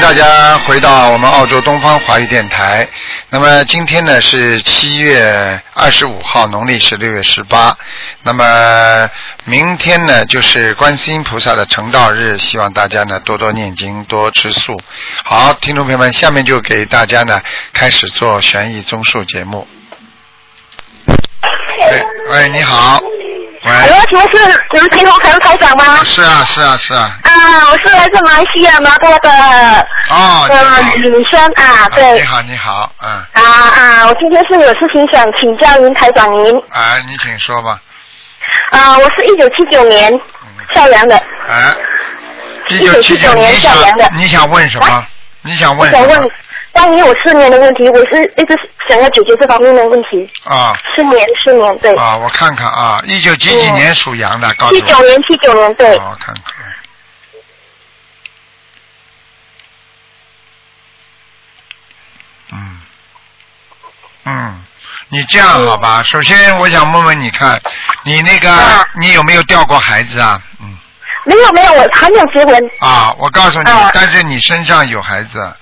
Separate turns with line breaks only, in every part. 大家回到我们澳洲东方华语电台。那么今天呢是七月二十五号，农历是六月十八。那么明天呢就是观世音菩萨的成道日，希望大家呢多多念经，多吃素。好，听众朋友们，下面就给大家呢开始做悬疑综述节目。喂喂，你好，喂，
哎喂，请问是你们金鸿台的台长吗？
是啊是啊是啊，
啊，我是来自马来西亚麻坡的
哦，你好
呃，女生啊，
啊
对
你，好你好，嗯
啊啊，我今天是有事情想请教您台长您，
啊，你请说吧，
啊，我是一九七九年
嗯。
邵阳的，
哎，一九七九，
1979
你
年下
想
年的
你想问什么
啊？
你想
我
问
想
什么
问？关于我失眠的问题，我是一直想要解决这方面的问题，
啊
失眠失眠，对，
啊，我看看啊，一九几几
嗯
年属羊的，告诉
七
我
九，年七九年对，
啊我看看。嗯嗯，你这样好吧？首先，我想问问你看，你那个
啊
你有没有掉过孩子啊？嗯
没有没有，我还没有结婚，
啊，我告诉你
啊，
但是你身上有孩子，啊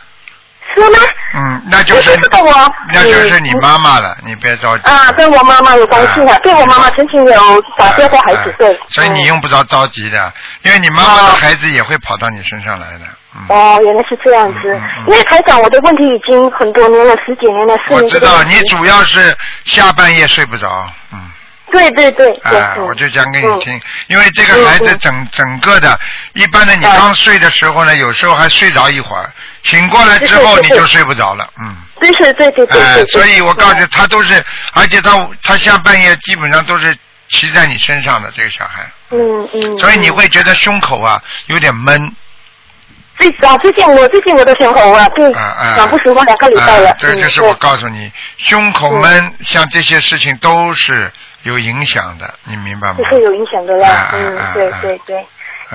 是吗？
嗯，那就是
我知道我，
那就是你
嗯
妈妈了，你别着急。
啊，跟我妈妈有关系的，对我妈妈曾经有打掉过孩子
哎，
对。
啊所以你
嗯
用不着着急的，因为你妈妈的
哦
孩子也会跑到你身上来的。嗯，
哦，原来是这样子
嗯嗯嗯。
因为台长，我的问题已经很多年了，十几年了，四
我
年。
知道，你主要是下半夜睡不着。嗯，
对对对。
哎，
对
我就讲给你。
嗯
听，因为这个孩子
嗯嗯
整整个的，一般的你
哎
刚睡的时候呢，有时候还睡着一会儿，醒过来之后
是
你
是
就是睡不着了。嗯。
对是，对对对对。
哎
对，
所以我告诉你
对
他都是，而且他他下半夜基本上都是骑在你身上的这个小孩，
嗯嗯。
所以你
嗯
会觉得胸口啊有点闷，
最啊，最近我最近我的胸口啊，对，
啊啊，
长不舒服两个礼拜了
啊。这
嗯
就是
对嗯
我告诉你，胸口闷，像这些事情都是有影响的，你明白吗
这？是有影响的
啊
啦。
啊
嗯
啊，
对
啊
对对。
啊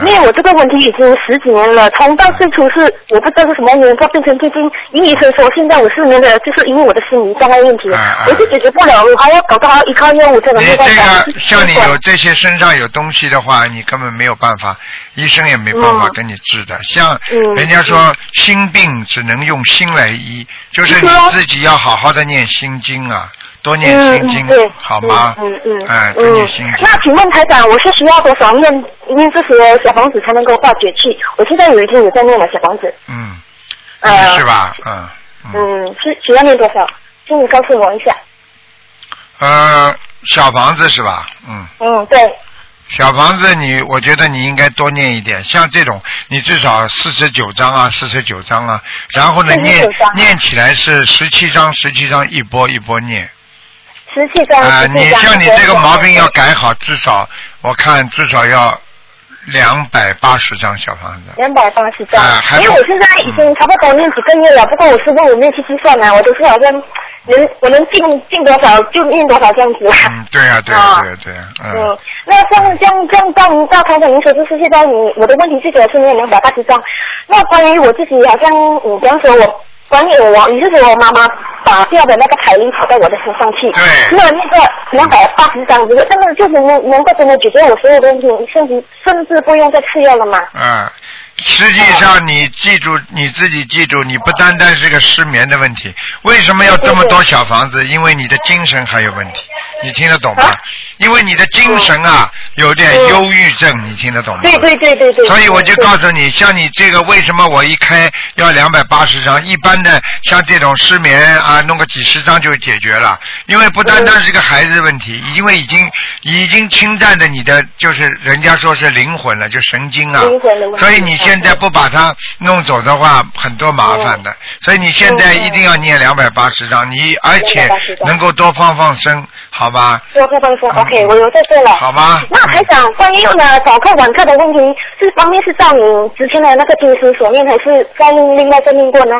因为我这个问题已经十几年了，从到最初是我不知道是什么原因，它变成最近医生说现在我失眠的，就是因为我的心理障碍问题，
啊啊
我就解决不了，我还要搞到依靠药物这种
你
没办
这
法。
个像你有这些身上有东西的话，你根本没有办法，医生也没办法
嗯
跟你治的。像
嗯
人家说心病只能用心来医，就是你
是啊
自己要好好的念心经啊，多念
嗯
心经
嗯对，
好吗？
嗯嗯嗯，
哎，多念
嗯
心经。
那请问台长，我是需要多少念念这些小房子才能够化解去？我现在有已经有在念了小房子，
嗯，
呃
是吧？嗯嗯
嗯，是需要念多少？请你告诉我一下。
呃，小房子是吧？嗯。
嗯，对，
小房子你，我觉得你应该多念一点，像这种，你至少四十九章啊，四十九章啊，然后呢，
49
念
章
念起来是十七章，十七章一波一波念
十七张，
啊、
十
你
七张。
像你这个毛病要
对
改好，至少我看至少要两百八十张小房子。
两百八十张
啊还，不嗯
因为我现在已经差不多念几个月了，不过我是问我没有去计算啊，我都是好像能我能进进多少就念多少这样子。
嗯，对呀、对呀、
啊
对呀、对呀、
嗯，那像这样这样照您大开的您说，就是现在你我的问题是主要是念两百八十张。那关于我自己，好像你比方说我，关于我，你是说我妈妈打掉的那个彩铃跑到我的身上去，
对
那那个两百八十张，如果真的就是能能够真的解决我所有的问题，甚至甚至不用再吃药了嘛？
嗯，啊、实际上你记
哦
住你自己记住，你不单单是个失眠的问题，为什么要这么多小房子？因为你的精神还有问题，你听得懂吗
哦啊？
因为你的精神啊有点
嗯
忧郁症，你听得懂吗？
对对对对
嗯
对。
所以我就
对
告诉你，像你这个，为什么我一开要两百八十张？一般的像这种失眠啊，弄个几十张就解决了，因为不单单是个孩子问题，
嗯
因为已经已经侵占着你的，就是人家说是灵魂了，就神经啊
灵魂的问。题
所以你现在不把它弄走的话，很多麻烦
嗯
的。所以你现在一定要念两百八十张，你而且
280张
能够多放放生，好吧？
多开放说
嗯
OK，我有在做了。
好吗？
那台
嗯
长，关于呢早课晚课的问题，这方面是照你之前的那个经书所念，还是再另另外再念过呢？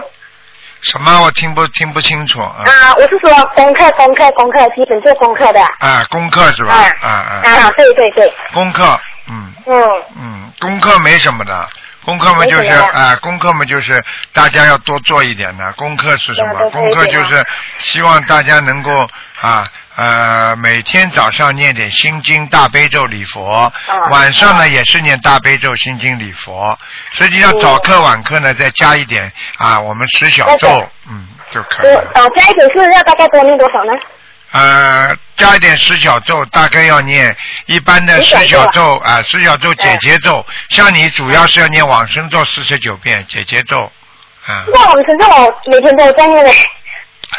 什么？我听不听不清楚啊。
啊，我是说功课功课功课，基本做功课的。
啊，功课是吧？啊
嗯
啊，
啊，对对对，
功课，嗯
嗯，
嗯，功课没什么的，功课嘛就是
没什么呀
啊，功课嘛就是大家要多做一点的。功课是什
对啊
么？
多做
功
一点啊
课就是希望大家能够啊呃每天早上念点心经、大悲咒、礼佛，
嗯
晚上呢也是念大悲咒、心经、礼佛。实际上
嗯
早课晚课呢再加一点啊，我们持小
那
咒
个，
嗯就可以
我
了。
啊，加一点是要大概多念多少呢？
呃，加一点十小咒，大概要念一般的十
十
小
小
咒啊，十小咒解
哎
结咒。像你主要是要念往生咒四十九遍，解结咒啊。
那我们身上我每天都有在念嘞，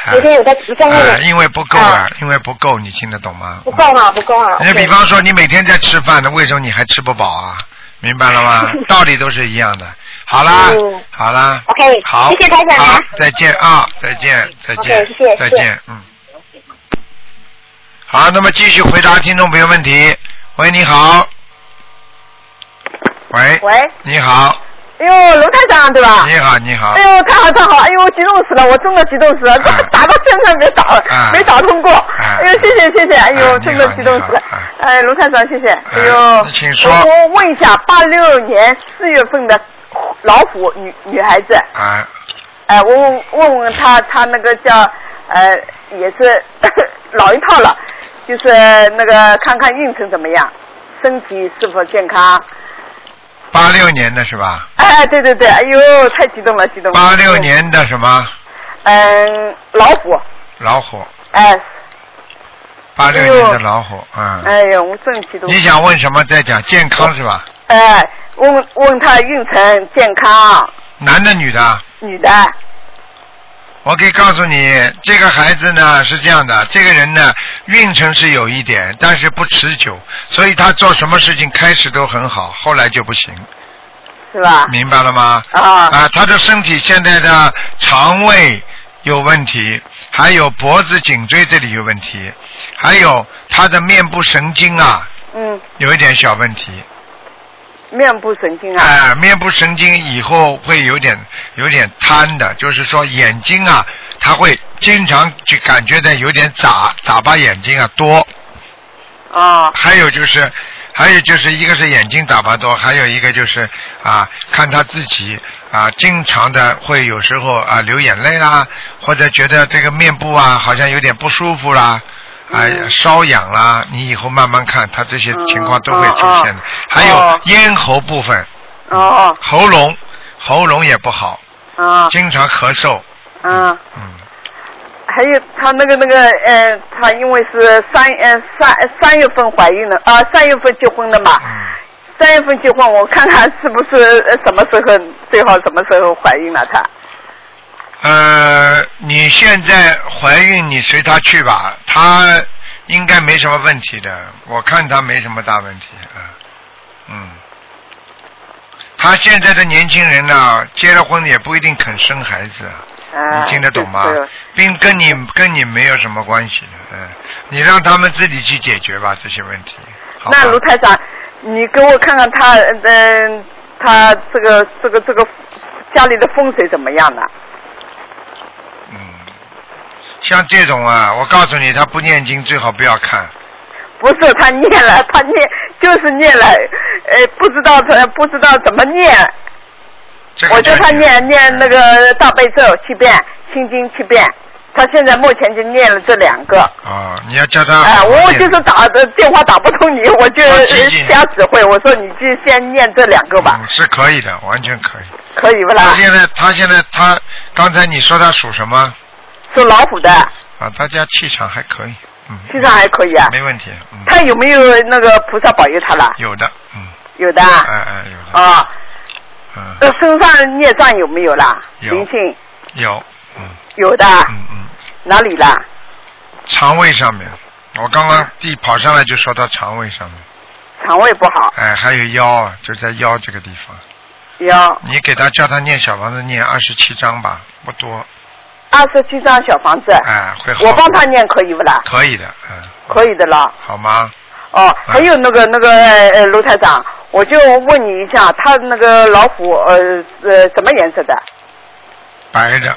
啊
每天有在在念
啊，
嘞，
因为不够啊，嗯因为不够，你听得懂吗？
不够啊，不够啊。
你比
OK
方说，你每天在吃饭的，为什么你还吃不饱啊？明白了 吗？道理都是一样的。好啦
嗯，
好啦，
OK，
好，
谢谢台长啊
好，再见啊，再见，再见
OK，谢谢，
再见，嗯。好，那么继续回答听众朋友问题。喂，你好。喂，
喂，
你好，
哎呦，卢探长对吧？
你好，你好
啊
哎。呦，太好太好！哎呦，激动死了，我真的激动死了，
啊
打到现在没打，
啊
没打通过。哎呦，谢谢谢谢，哎
啊
呦，真的
你好
激动死了
你好啊。
哎，卢探长，谢谢。哎
啊
呦，
你请说
我我问一下，八六年四月份的老虎女女孩子，
啊，
哎，我问问问她，她那个叫呃，也是 老一套了，就是那个看看运程怎么样，身体是否健康。
八六年的是吧？
哎，对对对，哎呦，太激动了，激动了。
八六年的什么
嗯，老虎，
老虎？
哎，
八六年的老虎啊。
哎呦，我真激动
你。想问什么？再讲健康是吧？
哎，问问他运程、健康，
男的女的啊？
女的，
我可以告诉你，这个孩子呢是这样的，这个人呢运程是有一点，但是不持久，所以他做什么事情开始都很好，后来就不行，
是吧？
明白了吗？
啊，
啊，他的身体现在的肠胃有问题，还有脖子、颈椎这里有问题，还有他的面部神经啊
嗯，
有一点小问题。
面部神经啊，
啊、面部神经以后会有点有点瘫的，就是说眼睛啊，他会经常就感觉到有点眨眨巴眼睛啊多，
啊，
还有就是还有就是一个是眼睛眨巴多，还有一个就是啊看他自己啊经常的会有时候啊流眼泪啦，或者觉得这个面部啊好像有点不舒服啦。啊，瘙痒啦，你以后慢慢看，他这些情况都会出现的。
嗯嗯嗯
还有
哦
咽喉部分，
哦，
喉咙，喉咙也不好，
啊，
经常咳嗽。
嗯，
嗯，
还有她那个那个，呃，她因为是三呃三三月份怀孕的，啊，三月份结婚的嘛，
嗯，
三月份结婚，我看看是不是呃什么时候最好什么时候怀孕了她，
呃，你现在怀孕，你随她去吧，她应该没什么问题的，我看她没什么大问题啊。嗯，她现在的年轻人呢、啊结了婚也不一定肯生孩子，
啊，
你听得懂吗
对对？
并跟你跟你没有什么关系的，嗯，你让他们自己去解决吧这些问题，好吧
那？卢台长，你给我看看他，嗯、他这个这个这个家里的风水怎么样呢？
嗯，像这种啊，我告诉你，他不念经最好不要看。
不是他念了，他念就是念了，呃，不知道他不知道怎么念。
这个
我叫
就嗯
他念念那个大悲咒七遍，心经七遍。他现在目前就念了这两个。
啊、你要叫他
哎、
好好念。
我就是打的电话打不通你，我就
啊
呃
记记
瞎指挥。我说你就先念这两个吧，啊
嗯，是可以的，完全可以。
可以不
他
啦？
现在，他现在，他刚才你说他属什么？
属老虎的，
啊，他家气场还可以，嗯，
气场还可以啊。
没问题，嗯，
他有没有那个菩萨保佑他了？
有的，嗯，
有的
哎
啊，
哎，有的，
啊，
嗯，
那身上孽障有没有啦？
有
灵性
有，嗯
有的，啊
嗯嗯，
哪里啦？
肠胃上面，我刚
嗯
刚一跑上来就说到肠胃上面，
肠胃不好，
哎，还有腰啊，就在腰这个地方。
有
你给他叫他念小房子念二十七章吧，不多，
二十七张小房子，
哎，会好。
我帮他念可以不啦？
可以的，嗯，
可以的啦。
好吗？
哦，
哎
还有那个那个呃卢台长，我就问你一下，他那个老虎呃呃什么颜色的？
白的，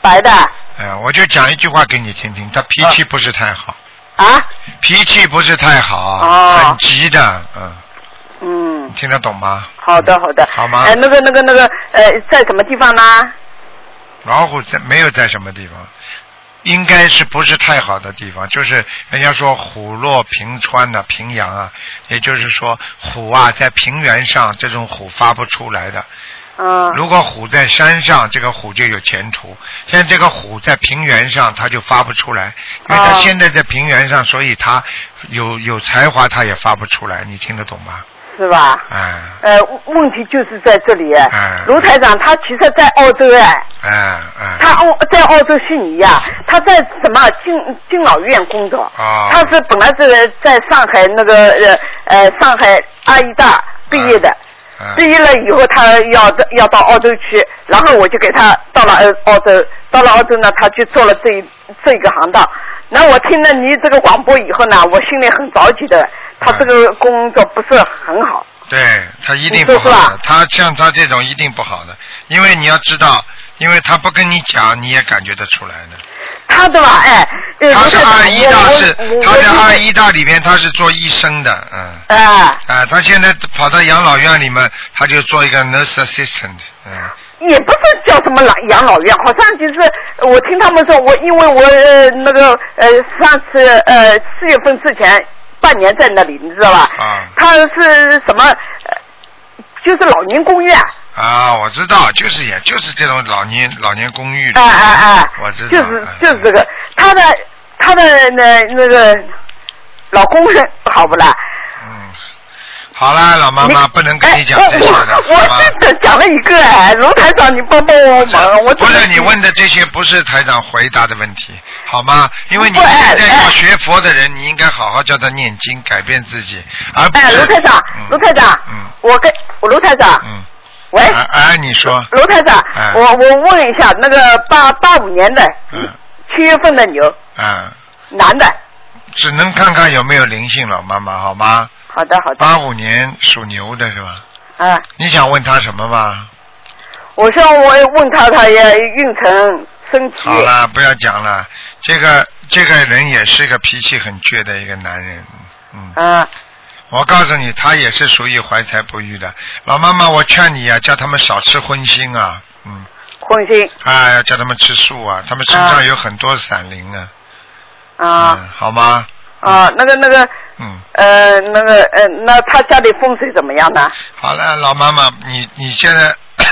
白的啊
哎，我就讲一句话给你听听，他脾气不是太好，
啊？
脾气不是太好，
哦
很急的，嗯，
嗯，嗯，
听得懂吗？
好的好的。
好吗
哎，那个那个那个呃，在什么地方呢？
老虎在没有在什么地方，应该是不是太好的地方，就是人家说虎落平川呐、平阳啊，也就是说虎啊在平原上这种虎发不出来的，
嗯
如果虎在山上，这个虎就有前途；现在这个虎在平原上，它就发不出来，因为它
哦
现在在平原上，所以它有有才华，它也发不出来。你听得懂吗？
是吧？
哎
呃，问题就是在这里。哎
嗯
卢台长他其实，在澳洲哎，
哎哎。
他澳在澳洲悉尼呀、他在什么敬敬老院工作。
啊
他是本来是在上海那个呃呃上海阿医大毕业的。
嗯
毕业了以后，他要要到澳洲去，然后我就给他到了澳澳洲，到了澳洲呢，他去做了这一这一个行当。那我听了你这个广播以后呢，我心里很着急的，
哎
他这个工作不是很好。
对他一定
你说
不
是
好的
吧，
他像他这种一定不好的，因为你要知道，因为他不跟你讲，你也感觉得出来的。
他对吧？哎，呃
他是
卢台长
二一大
我
是
我我
他在
我
二一大里边他是做医生的，嗯，
哎，
啊，他现在跑到养老院里面，他就做一个 nurse assistant，嗯，
也不是叫什么老养老院，好像就是呃我听他们说，我因为我呃那个呃上次呃四月份之前半年在那里，你知道吧？
啊
他是什么？呃就是老年公寓啊，
啊，我知道，就是也就是这种老年老年公寓的
哎，哎哎，
嗯我知道
就是
哎
就是这个，他的他的那那个老公是好不啦？
嗯，好啦，老妈妈
你
不能跟你讲
哎
这些的，
我
好吗
我？真的讲了一个哎，卢台长，你帮帮我忙，我
不
真的
是你问的这些不是台长回答的问题，好吗？因为你
不哎
现在要
哎
学佛的人，你应该好好教他念经，改变自己，而不
哎，
是。
卢台长
嗯，
卢台长，
嗯
我跟我卢台长，
嗯，
喂，
哎哎，你说，
卢台长
哎，
我我问一下，那个八八五年的
嗯
七月份的牛，
嗯，
男的，
只能看看有没有灵性了，妈妈，好吗？
好的好的，
八五年属牛的是吧？
啊，
你想问他什么吗？
我说我问他，他也运程身体，
好了，不要讲了。这个这个人也是个脾气很倔的一个男人，嗯。
啊，
我告诉你，他也是属于怀才不遇的。老妈妈，我劝你啊，叫他们少吃荤腥啊，嗯，
婚姻
啊，要叫他们吃素啊，他们身上
啊
有很多闪灵啊，嗯
啊，
好吗？
啊，那个那个
嗯，
呃那个呃，那他家里风水怎么样呢？
好了，老妈妈，你你现在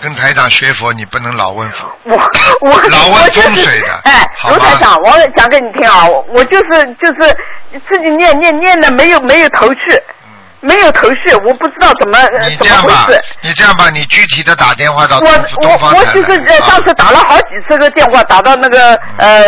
跟台长学佛，你不能老问佛，
我我
老问
我就
风水
是
的
哎，
好
卢
吧
台长，我讲给你听啊，我我就是就是自己念念念的没有没有头绪，
嗯
没有头绪，我不知道怎么呃
你
怎
这
么
样
回
吧
事。，
你这样吧，你具体的打电话到
我
东东
我
方
我
台
就是
来
呃
啊嗯
上次打了好几次个电话，打到那个呃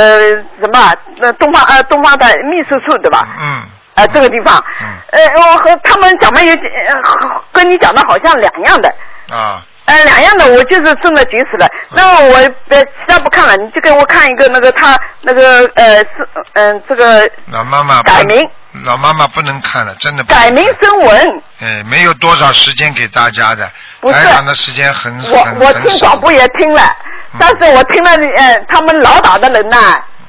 什么啊那东方呃东方的秘书处对吧？
嗯，
呃，这个地方
嗯，
呃，我和他们讲嘛有几呃好跟你讲的好像两样的，
啊，
呃，两样的，我就是真的急死
嗯
了。那么我呃，其他不看了，你就给我看一个那个他那个呃是嗯、这个
老妈妈啊不
改名
老妈妈不能看了，真的不能
改名声纹，
哎，没有多少时间给大家的，
不是
台长的时间很很
我我
很
听
少
广播也听了，
嗯
但是我听了呃他们老打的人呢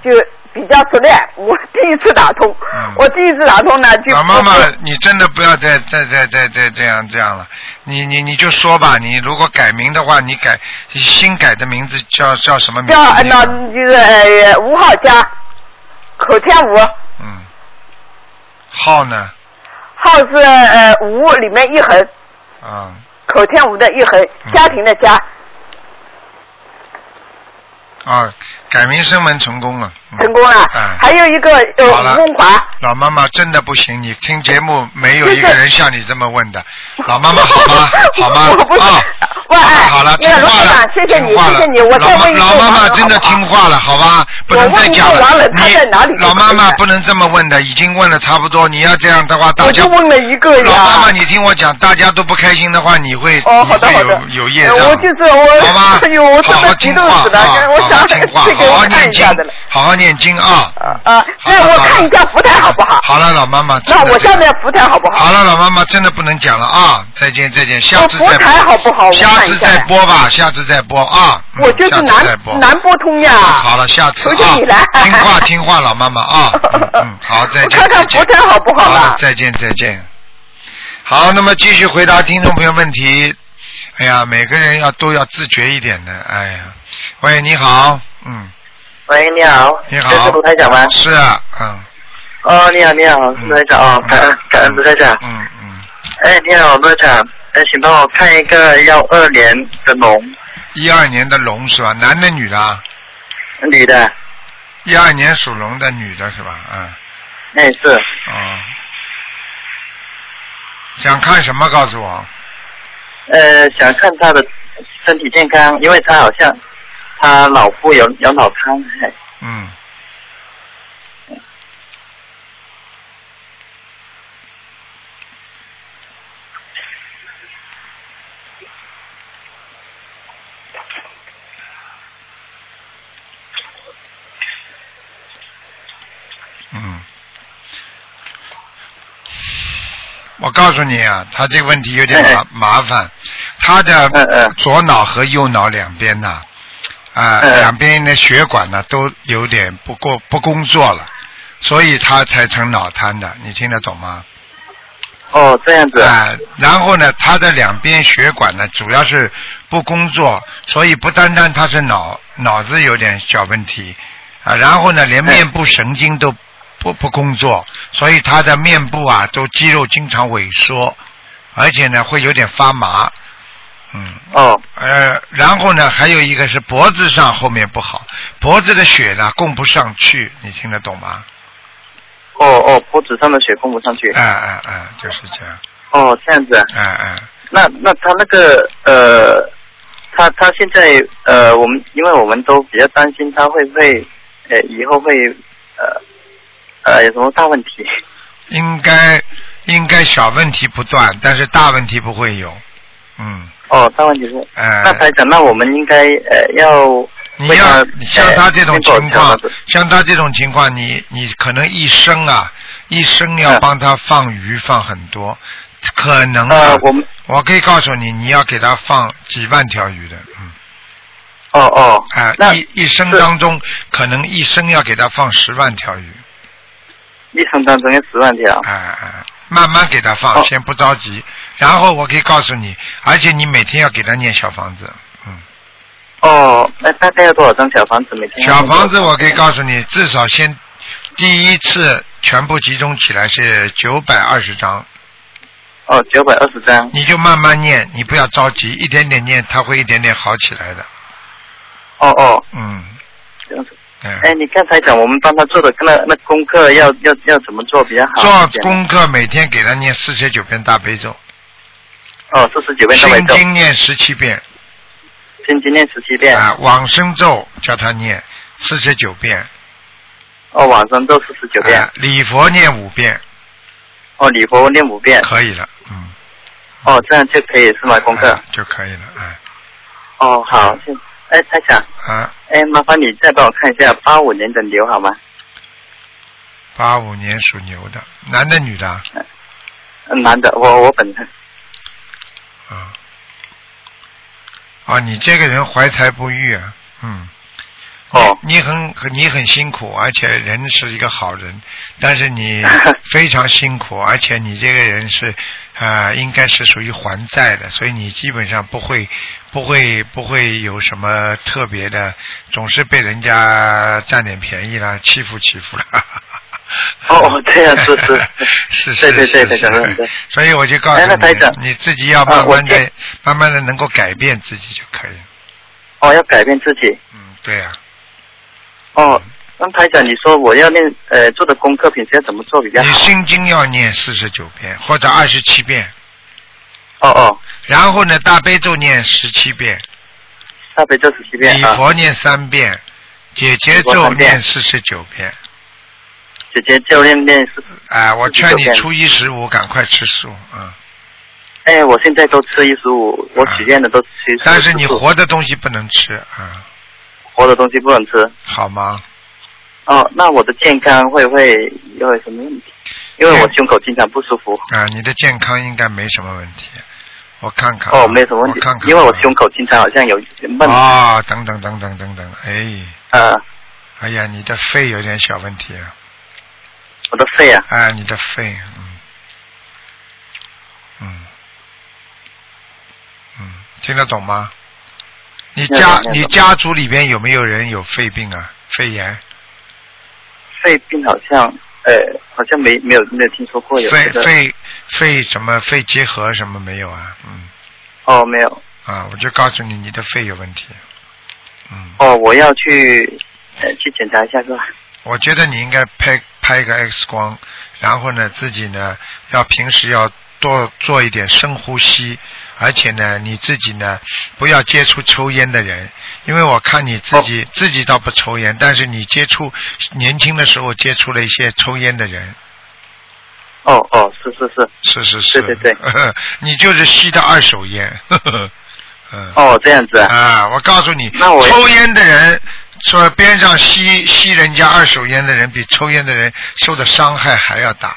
就比较熟练，我第一次打通，
嗯
我第一次打通呢就
老妈妈，你真的不要再再再再再这样这样了。你你你就说吧，你如果改名的话，你改你新改的名字叫叫什么名字？
叫呃
嗯你
那就是呃吴浩佳，口天吴，
嗯，浩呢？
浩是呃吴里面一横，
啊、
口天吴的一横
嗯，
家庭的家。
啊，改名声纹成功了。嗯
成功了，
嗯
还有一个
好了
呃，吴文华，
老妈妈真的不行，你听节目没有一个人像你这么问 的。老妈妈好吗？好吗？
我不是
啊，
喂哎
好了，
那
听
个
话
罗台
了
长，谢谢你
听话了
谢谢你我
老
再
妈
问一个
老妈妈真的
王人好不好
听话了，好吧？不能再讲
我问一个王
了
人。他在哪里
老妈妈
就可以了
不能这么问的，已经问了差不多。你要这样的话，大
我
家
就问了一个呀。
老妈妈，你听我讲，大家都不开心的话，你会
哦，好
你
的
会
好的，
有有业障。
呃我就是我，
好吧，
哎呦，我
好
真
好
的激
听
动
话
死了，
啊，
我
好
想
好听话，
这
好
个
好
我看
念
一
经
下的了。，
好好念经啊。
啊，
好了
那我
好了
看一下福台好不好？
好了，老妈妈。真
那
的
我
这
下
样
面福台好不好？
好了，老妈妈真的不能讲了啊！再见，再见，下
我
次
佛
再
台好不好？我
下
看一
次
下
再。播吧，下次再播啊！嗯
我就是
下次再
南
播
南波通呀。
好了，下次
求求
啊，
你了
听话听话， 老妈妈啊，嗯嗯，好，再见，
我看看
再见
佛台好不好
好
啦
了，再见再见。好，那么继续回答听众朋友问题。哎呀，每个人要都要自觉一点的。哎呀，喂，你好，嗯，
喂，你好，
你好
这是卢台长吗？
是啊，嗯，
哦，你好，你好，
嗯
卢台长哦，感恩感恩卢台长。
嗯嗯，
哎，你好，卢台长，哎，请帮我看一个幺二年的龙
一二年的龙是吧？男的女的啊？
女的，
一二年属龙的女的是吧？嗯，
哎是，
哦，想看什么？告诉我。
呃，想看她的身体健康，因为她好像她脑部有有脑瘫，哎
嗯。嗯，我告诉你啊，他这个问题有点麻麻烦，他的
嗯嗯
左脑和右脑两边呐、啊，
嗯
两边的血管呢都有点不过不工作了，所以他才成脑瘫的，你听得懂吗？
哦这样子，
啊、然后呢，他的两边血管呢主要是不工作，所以不单单他是脑脑子有点小问题啊，然后呢，连
嗯
面部神经都不不工作，所以他的面部啊都肌肉经常萎缩，而且呢会有点发麻，嗯。
哦
呃，然后呢，还有一个是脖子上后面不好，脖子的血呢供不上去，你听得懂吗？
哦哦，脖子上的血供不上去，
哎哎哎，就是这样，
哦这样子啊，
哎哎，
那那他那个呃，他他现在呃，我们因为我们都比较担心他会不会呃以后会呃呃有什么大问题？
应该应该小问题不断，但是大问题不会有，嗯，
哦，大问题是、
哎
那呃台长，那我们应该呃要
你
为
要
他
像他这种情况
呃，
像他这种情况，你你可能一生啊，一生要
嗯
帮他放鱼放很多，可能啊
呃，我们
我可以告诉你，你要给他放几万条鱼的，嗯。
哦哦，
啊、
那
一一生
是
当中，可能一生要给他放十万条鱼，
一生当中有十万条
啊、。啊、慢慢给他放，
哦
先不着急。然后我可以告诉你，而且你每天要给他念小房子，嗯，
哦，那大概要多少张小房子每天？
小房子我
嗯
可以告诉你，至少先第一次全部集中起来是九百二十张，
哦，九百二十张。
你就慢慢念，你不要着急，一点点念，他会一点点好起来的，
哦哦，
嗯，
这样子。
嗯。
哎，你刚才讲我们帮他做的那那功课要要要怎么做比较好？
做功课每天给他念四十九遍大悲咒，
哦，四十九遍大悲
心
咒，
经念十七遍，
今今念十七遍，
啊，往生咒叫他念四十九遍，
哦，往生咒四十九遍
啊，礼佛念五遍，
哦，礼佛念五遍，
可以了，嗯，
哦，这样就可以是吗？功课
啊，就可以了，啊
哦，好，谢谢哎，台长，
啊，
哎，麻烦你再帮我看一下八五年的牛好吗？
八五年属牛的，男的女的啊，
嗯男的，我我本身，
啊，啊，你这个人怀才不遇啊，嗯。
哦
哎你你很你很辛苦，而且人是一个好人，但是 你非常辛苦，而且你这个人是啊、呃应该是属于还债的，所以你基本上不会不会不会有什么特别的，总是被人家占点便宜啦，欺负欺负啦。
哦这样是是
是是
对对对
是
对
是
对对
所以我就告诉
哎那台
你
长，
你自己要
啊
慢
我
慢的、
这
慢慢的能够改变自己就可以了。
哦，要改变自己，
嗯，对呀、
哦，那台长，你说我要念呃做的功课平时要怎么做比较
你
好？
心经要念四十九遍或者二十七遍，
哦哦，
然后呢大悲咒念十七遍，
大悲咒十七遍
礼
啊，
佛念三遍，姐姐
礼佛
咒
三遍
念四十九遍。
姐姐就念念是，
哎，我劝你
49遍
初一十五赶快吃素啊、
哎，我现在都吃一十五，我许愿的都吃15。
啊但是你
吃素
活的东西不能吃啊、
活的东西不能吃，
好吗？
哦，那我的健康会不会有什么问题？因为我胸口经常不舒服。
啊、你的健康应该没什么问题，我看看啊。
哦，没什么问
我
题
看，看啊，
因为我胸口经常好像有闷。
啊、等等等等等等，哎，
呃，
哎呀，你的肺有点小问题啊，
我的肺啊，
哎，你的肺，嗯，嗯，嗯听得懂吗？你
听得
家
懂听得懂
你家族里边有没有人有肺病啊？肺炎？
肺病好像呃好像没没有没有听说过有
肺
这个
肺肺什么肺结核什么没有啊？嗯
哦没有
啊，我就告诉你，你的肺有问题。嗯，
哦我要去呃去检查一下是吧？
我觉得你应该拍拍一个 X 光，然后呢，自己呢要平时要多做一点深呼吸，而且呢，你自己呢不要接触抽烟的人，因为我看你自
哦
己、自己倒不抽烟，但是你接触年轻的时候接触了一些抽烟的人，
哦哦是是
是
是
是是，
对对
你就是吸的二手烟， 呵呵，嗯。
哦这样子啊
啊，我告诉你，
那我也
抽烟的人说边上吸吸人家二手烟的人，比抽烟的人受的伤害还要大。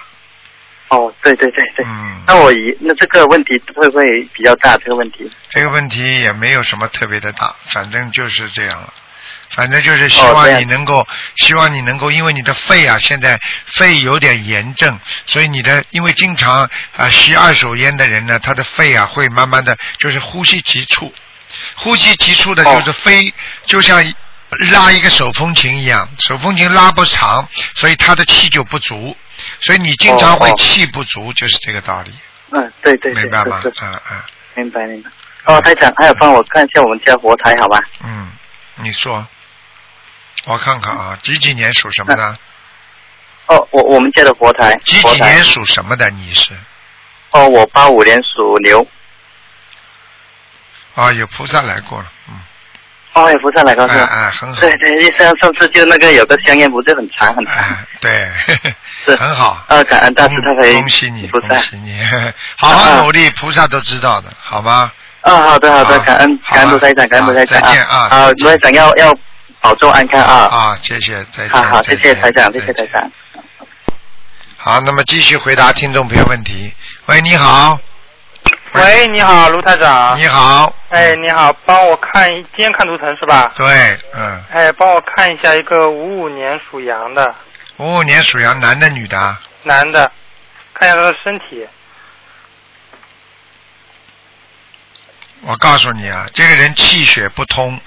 哦对对对对。
嗯，
那我以那这个问题会不会比较大？这个问题
这个问题也没有什么特别的大，反正就是这样了。反正就是希
哦这
望
样
你能够，希望你能够，因为你的肺啊，现在肺有点炎症，所以你的因为经常啊、吸二手烟的人呢，他的肺啊会慢慢的就是呼吸急促，呼吸急促的
哦
就是肺，就像拉一个手风琴一样，手风琴拉不长，所以他的气就不足，所以你经常会
哦哦
气不足，就是这个道理，
嗯，对对对，
明白吗？
是是
嗯嗯
明白明白。哦，台长，还有帮我看一下我们家佛台好吧？
嗯，你说，我看看
嗯
啊，几几年属什么的？
哦，我我们家的佛台，
几
佛
几
台
年。属什么的？你是
哦，我八五年属牛。
啊，有菩萨来过了，嗯，
哦，有菩萨来告诉
哎
我。
哎，很好，
对对，上上次就那个有个香烟，不是很长很长。
哎对，呵呵
是
很好。
啊，感恩大师他可以
恭喜你，
菩
恭
萨。
喜你， 好好努力，菩萨都知道的，好吗？
啊，好的好的，
好
感恩
好啊
感恩卢台长，感恩
好
卢台长
再见啊
好，卢台长要要保重安康啊。
啊，谢谢，再见。
好好，谢谢
再见
台长，谢谢台。
再见
长。
好，那么继续回答听众朋友问题。喂，你好，
喂，你好，卢台
啊
长。
你好，
哎，你好，帮我看一，今天看图腾是吧？
对，嗯，
哎，帮我看一下一个五五年属羊的
五五年属羊，男的女的啊？
男的，看一下他的身体。
我告诉你啊，这个人气血不通，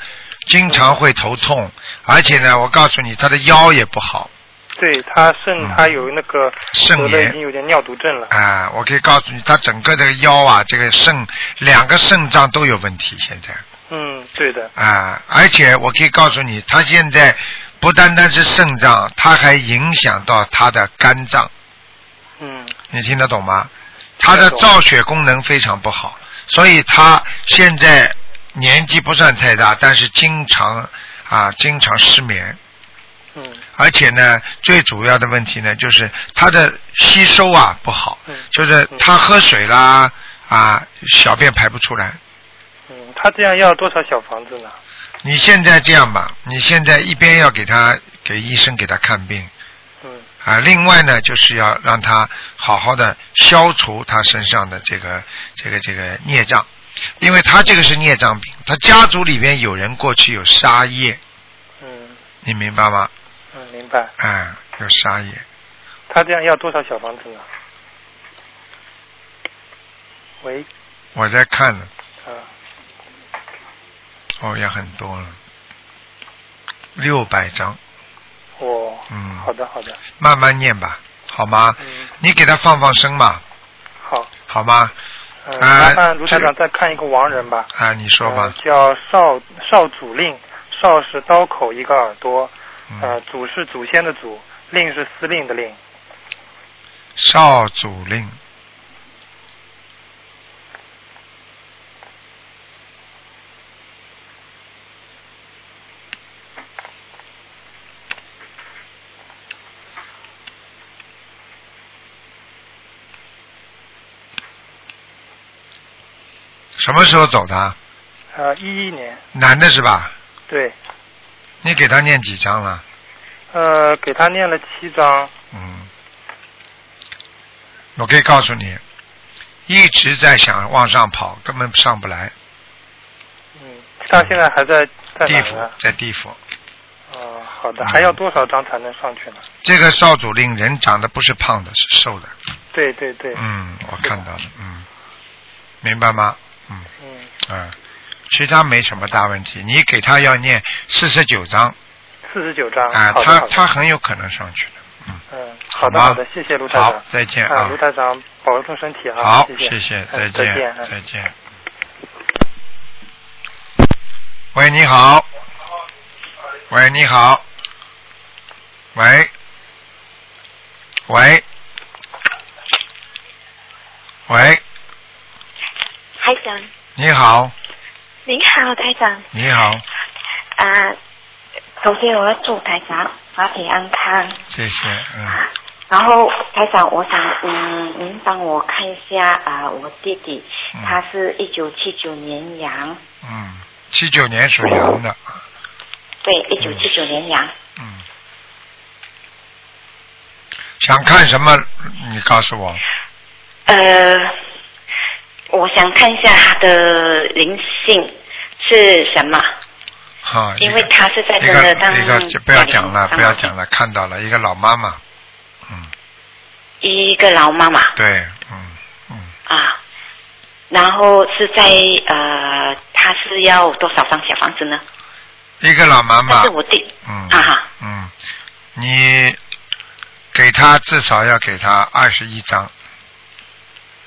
经常会头痛，而且呢，我告诉你，他的腰也不好
对他肾，
嗯
他有那个
肾
得了
炎
已经有点尿毒症了。
啊、我可以告诉你，他整个的腰啊，这个肾两个肾脏都有问题现在
嗯，对的。
啊、而且我可以告诉你，他现在不单单是肾脏，他还影响到他的肝脏，
嗯
你听得懂吗？他的
听得懂
造血功能非常不好，所以他现在年纪不算太大，但是经常啊经常失眠。
嗯
而且呢，最主要的问题呢，就是它的吸收啊不好，
嗯
就是他喝水啦啊，小便排不出来。
嗯，他这样要多少小房子呢？
你现在这样吧，你现在一边要给他给医生给他看病
嗯
啊，另外呢，就是要让他好好的消除他身上的这个这个这个孽障，因为他这个是孽障病，他家族里边有人过去有杀业，
嗯
你明白吗？
嗯，明白。
啊，有杀业。
他这样要多少小房子呢？喂
我在看呢，
啊，
哦，也很多了，六百张，
我
嗯
哦好的好的，
慢慢念吧，好吗？
嗯
你给他放放声嘛，
好。
好吗？
嗯，
哎
麻烦卢台
这个
长再看一个亡人吧。
啊，你说吧
呃。叫邵邵主令，邵是刀口一个耳朵，呃
嗯，，
祖是祖先的祖，令是司令的令。
少主令。什么时候走的啊？
呃，一一年，
男的是吧？
对，
你给他念几张了？
呃，给他念了七章，
嗯，我可以告诉你，一直在想往上跑，根本上不来。
嗯，他现在还在在
地
哪啊
府
呢？
在地府，
呃，好的，
嗯
还要多少章才能上去呢？
这个少主令人长得不是胖的，是瘦的。
对对对，
嗯，我看到了。嗯，明白吗？嗯
嗯，
啊，其他没什么大问题。你给他要念四十九章
四十九章。
啊，
好的
他
好的
他很有可能上去的。
嗯，好的
好吗
好的，谢谢卢台
好
长。，
再见
啊，卢台长，保重身体啊。
好，
谢
谢谢，
嗯
再
再
见
见，嗯，
再见。喂，你好。喂，你好。喂。喂。喂，
台长，
你好，
您好，台长
你好，
啊。首先，我要祝台长法体安康。
谢谢，嗯，
然后，台长，我想，嗯，您帮我看一下啊、我弟弟，
嗯
他是一九七九年羊，
嗯，七九年属羊的，
对，一九七九年羊，
嗯，想看什么？你告诉我，
呃，我想看一下他的灵性是什么，
哈，
因
一
为
个
他是在
一
真
哎个
的当
一个就不要讲了，不要
当
讲了，看到了一个老妈妈，嗯，
一个老妈妈
对，嗯嗯，
啊，然后是在呃，他是要多少张小房子呢？
一个老妈妈
但是，我弟
嗯
啊哈，
嗯，你给她至少要给她二十一张，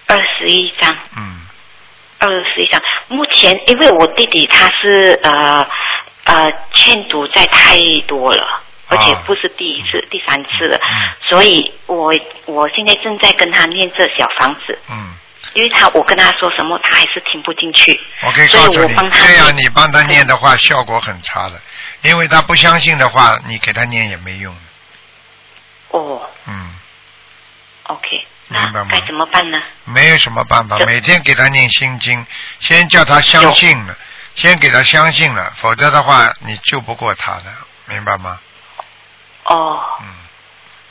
二十一张，
嗯
二十一张。目前因为我弟弟他是呃呃欠赌债太多了。而且不是第一次、第三次了，
啊嗯
所以我我现在正在跟他念这小房子，
嗯，
因为他我跟他说什么，他还是听不进去。
我可以
所以
告诉
我
你，
帮他
这样
念
你帮她念的话效果很差的，因为她不相信的话，你给她念也没用，
哦
嗯，
，OK，
明白
那
吗
该怎么办呢？
没有什么办法，
这
每天给他念心经，先叫他相信了，先给他相信了，否则的话你救不过他的，明白吗？
哦，
嗯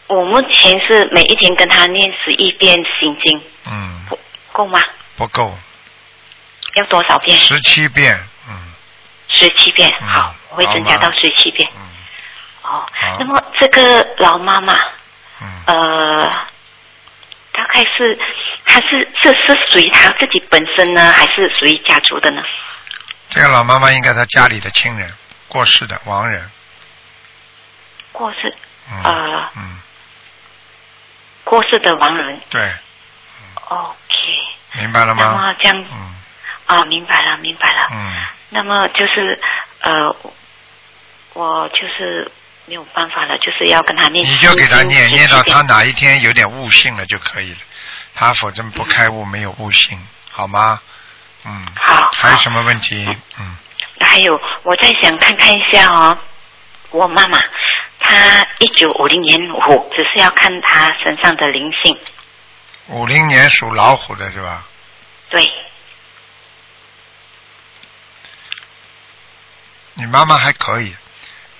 我目前是每一天跟他念十一遍心经，
嗯，
够吗？
不够，
要多少遍？
十七遍，嗯
十七遍。
嗯
好，我会增加到十七遍。
嗯
哦
好，
那么这个老妈妈，
嗯，
呃，大概是她是这是属于她自己本身呢，还是属于家族的呢？
这个老妈妈应该她家里的亲人，过世的亡人，
过世
嗯、
啊
嗯，
过世的亡人。
对，
OK，
明白了
那
吗
么？这样
嗯
啊，明白了，明白了。
嗯，
那么就是呃，我就是没有办法了，就是要跟他念。
你就给他念，念到他
他
哪一天有点悟性了就可以了，他否则不开悟没有悟性，好吗？嗯，
好。
还有什
么？
么问题？嗯。
还有，我再想看看一下哦，我妈妈，她一九五零年虎，只是要看她身上的灵性。
五零年属老虎的是吧？
对，
你妈妈还可以，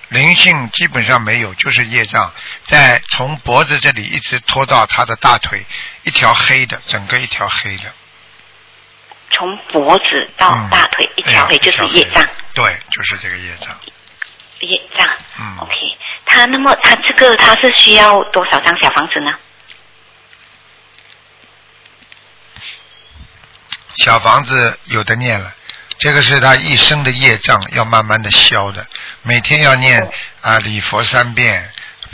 灵性基本上没有，就是业障在从脖子这里一直拖到她的大腿，一条黑的，整个一条黑的。
从脖子到
嗯
哦大腿、一条
哎
腿
呀
就是业
一条
障，。
黑对，就是这个业障。
业障。
嗯
OK，她那么她这个她是需要多少张小房子呢？
小房子有的念了，这个是她一生的业障，要慢慢的消的。每天要念
哦
啊、礼佛三遍。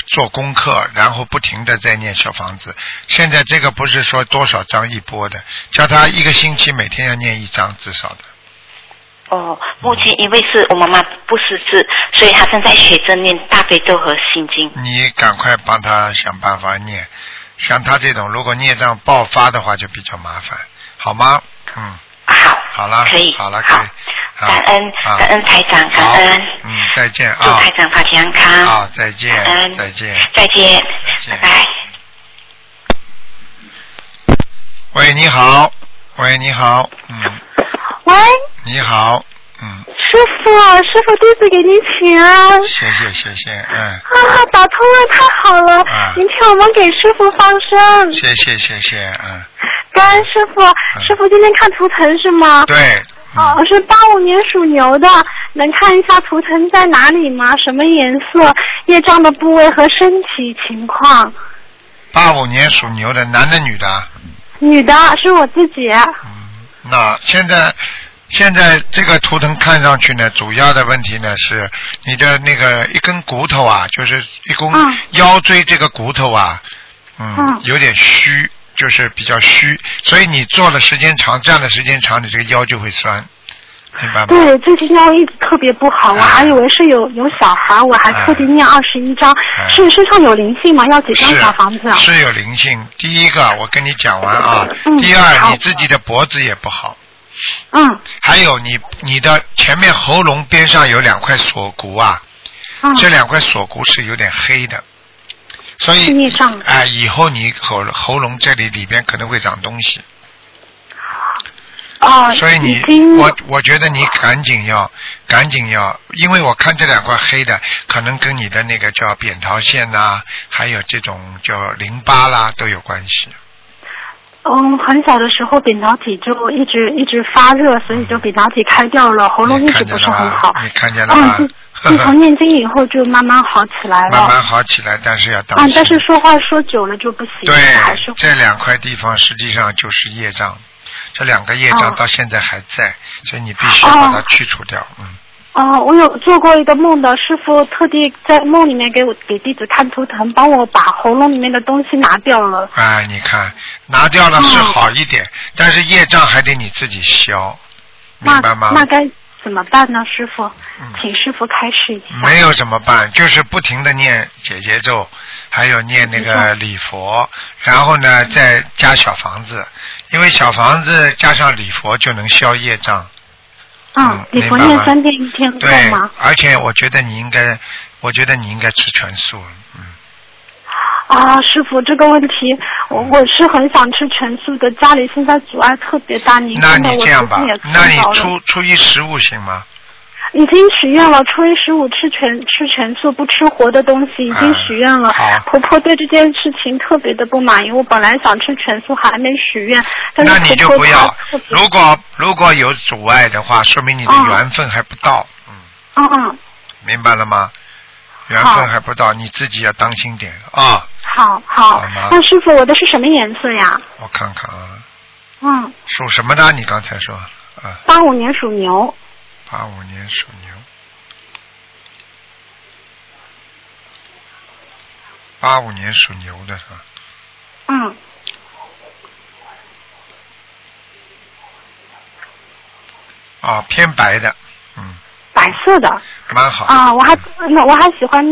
做功课，然后不停的在念小房子。现在这个不是说多少张一波的，叫他一个星期每天要念一张至少的。
哦，目前因为是我妈妈不识字，所以她正在学着念大悲咒和心经。
你赶快帮他想办法念，像他这种如果孽障爆发的话就比较麻烦，好吗？嗯，
好，
好了
可以，
好了可以好
好，感恩，
啊
感恩台长，感
好
恩，，
嗯，再见
祝
啊
台，长法体安康，
啊，再见
感，恩，
再见。，
再见
再，见
拜拜。
喂，你好，喂，你好，嗯，
喂，
你好，嗯，
师傅，师傅弟子给您请安。
谢谢，谢谢，嗯，
啊，打通了，太好了！
啊
您替我们给师傅放生，
谢谢，谢谢，嗯，
感恩师傅。师傅今天看图腾是吗？
啊对，
哦，
嗯，
我是八五年属牛的，能看一下图腾在哪里吗？什么颜色？业障的部位和身体情况。
八五年属牛啊的，男的女的？
女的是我自己。
嗯，那现在现在这个图腾看上去呢，主要的问题呢是你的那个一根骨头啊，就是一根
嗯
腰椎这个骨头啊，嗯，
嗯
有点虚，就是比较虚，所以你坐的时间长，站的时间长，你这个腰就会酸，明白吗？
对，最近腰一直特别不好，我
啊
还以为是有有小孩，我还特地念二十一章，是身上有灵性吗？要几张
啊是
小房子啊？
是有灵性。第一个我跟你讲完啊，
嗯
第二
好
你自己的脖子也不好，
嗯
还有你你的前面喉咙边上有两块锁骨啊，
嗯，
这两块锁骨是有点黑的，所
是
以
孽障
哎、以后你喉喉咙这里里边可能会长东西，
啊，
所以你
已经
我我觉得你赶紧要赶紧要，因为我看这两块黑的，可能跟你的那个叫扁桃腺呐、还有这种叫淋巴啦都有关系。
嗯很小的时候扁桃体就一直一直发热，所以就扁桃体开掉了，喉咙
嗯你
一
看
直
见
不
了
是
吧？
很好。
你看见了吧
嗯，？自自从念经以后就慢慢好起来了。
慢慢好起来，但是要当
啊
心。，
但是说话说久了就不行，还是
对
会
这两块地方实际上就是业障，这两个业障
哦
到现在还在，所以你必须要把它
哦
去除掉。嗯，
哦，我有做过一个梦的，师傅特地在梦里面给我给弟子看图腾，帮我把喉咙里面的东西拿掉了。
哎，你看拿掉
嗯
了是好一点，但是业障还得你自己消，
那
明白吗？
那该怎么办呢，师傅
嗯？
请师傅开示一下。
没有怎么办？就是不停的念姐姐咒，还有念那个礼佛，然后呢再加小房子，因为小房子加上礼佛就能消业障。
嗯，
明
你佛
白
念
吗
三遍一天够
对
吗？，
而且我觉得你应该，我觉得你应该吃全素。嗯，
啊，师傅这个问题，我我是很想吃全素的，家里现在阻碍特别大，您
那
真的
你
我
这样
最
吧
近也，
那你
看到了，
初初一十五行吗？
已经许愿了，初一十五吃全吃全素，不吃活的东西，已经
啊
许愿了。
好
婆婆对这件事情特别的不满意，我本来想吃全素，还没许愿，但
那你
是
就
婆
不
婆她
要
特。别
如果如果有阻碍的话，说明你的
嗯
缘分还不到。嗯，
嗯嗯
明白了吗？缘
好
分还不到，你自己要当心点啊！
好好
好吗，
那师傅我的是什么颜色呀？
我看看啊，
嗯，
属什么的？你刚才说啊，
八五年属牛，
八五年属牛，八五年属牛的是吧？
嗯，
啊，偏白的，嗯，
白色的。
蛮好。
啊，我还那我还喜欢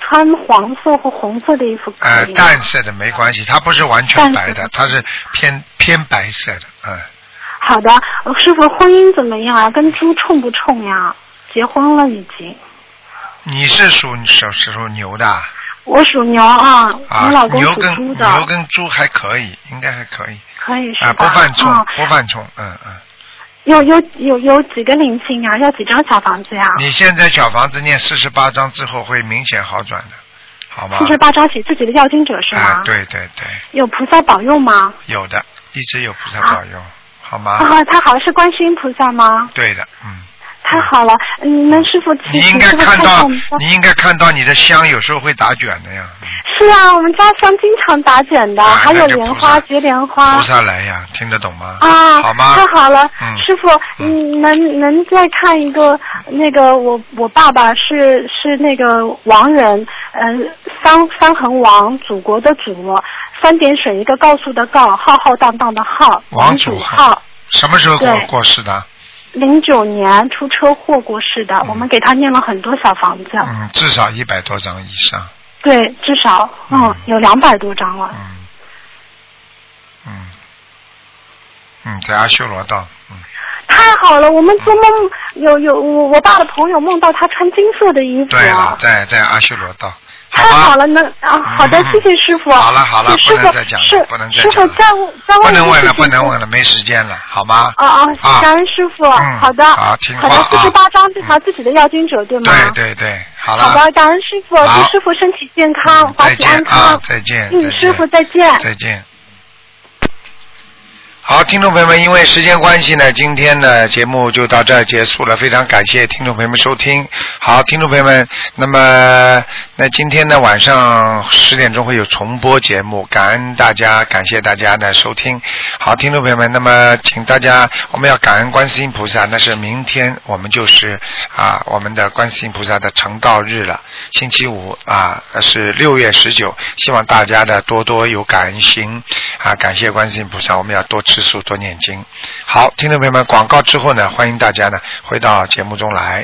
穿黄色或红色的衣服，可
呃，
以吗？
淡色的没关系，它不是完全
淡
白
色
的
的，
它是偏偏白色的，嗯，
好的，呃师傅，婚姻怎么样啊？跟猪冲不冲呀？结婚了已经。
你是属属属牛的啊
我属牛啊，
啊
我老，公
牛
属
跟
猪的，
牛跟猪还可以，应该还可以
可以是吧？
啊，不犯冲
啊，
不犯冲，嗯嗯。
有有有有几个灵性啊？要几张小房子呀、
你现在小房子念四十八章之后会明显好转的，好吗？
四十八张写自己的要经者是吗？
啊，。对对对，
有菩萨保佑吗？
有的，一直有菩萨保佑，好吗？
啊，太好了，是观世音菩萨吗？
对的，嗯。
太好了，嗯，那师傅，
你
请
应
请
该
师傅
看
到
到
我们家，
你应该看到你的香有时候会打卷的呀，嗯
是啊，我们家香经常打卷的，
啊
还有
那就
莲
菩
花、
萨
绝莲花
菩。萨来呀，听得懂吗？
啊，
好吗？
太好了，
嗯
师傅，嗯，能能再看一个那个我我爸爸是是那个王人，嗯、三三横王，祖国的祖，三点水一个告诉的告，浩浩荡荡的浩，
王
祖
祖浩
浩，
什么时候过
对
过世的？
零九年出车祸过世的，我们给他念了很多小房子，
嗯，至少一百多张以上。
对，至少嗯
嗯
有两百多张了，
嗯，嗯，嗯，在阿修罗道，嗯，
太好了，我们做梦有有我我爸的朋友梦到他穿金色的衣服，啊
对了，在在阿修罗道，
太
吧？嗯
好了，那啊，好的，谢谢师傅。啊
好了好了，
是
不
师
能
傅
再讲
是
了，不能再
师傅
讲了。
再问再问
不能
一个
问了，
事情
不能问了，没时间了，好吗？
啊啊，感
啊，
恩师傅，
嗯
好的，
好听话
的，四十
啊
八章这条自己的要经者对吗？
对对对，好了。
好的，感恩师傅，
好
祝师傅身体健康，
嗯
嗯法
再
体
见
安
啊
康，。
再见。
嗯
再见
师傅再见
再见。好，听众朋友们，因为时间关系呢，今天的节目就到这儿结束了。非常感谢听众朋友们收听。好，听众朋友们，那么那今天呢晚上十点钟会有重播节目，感恩大家，感谢大家的收听。好，听众朋友们，那么请大家我们要感恩观世音菩萨，那是明天我们就是啊我们的观世音菩萨的成道日了，星期五啊是六月十九，希望大家的多多有感恩心啊，感谢观世音菩萨，我们要多吃素多念经。好，听众朋友们，广告之后呢，欢迎大家呢回到节目中来。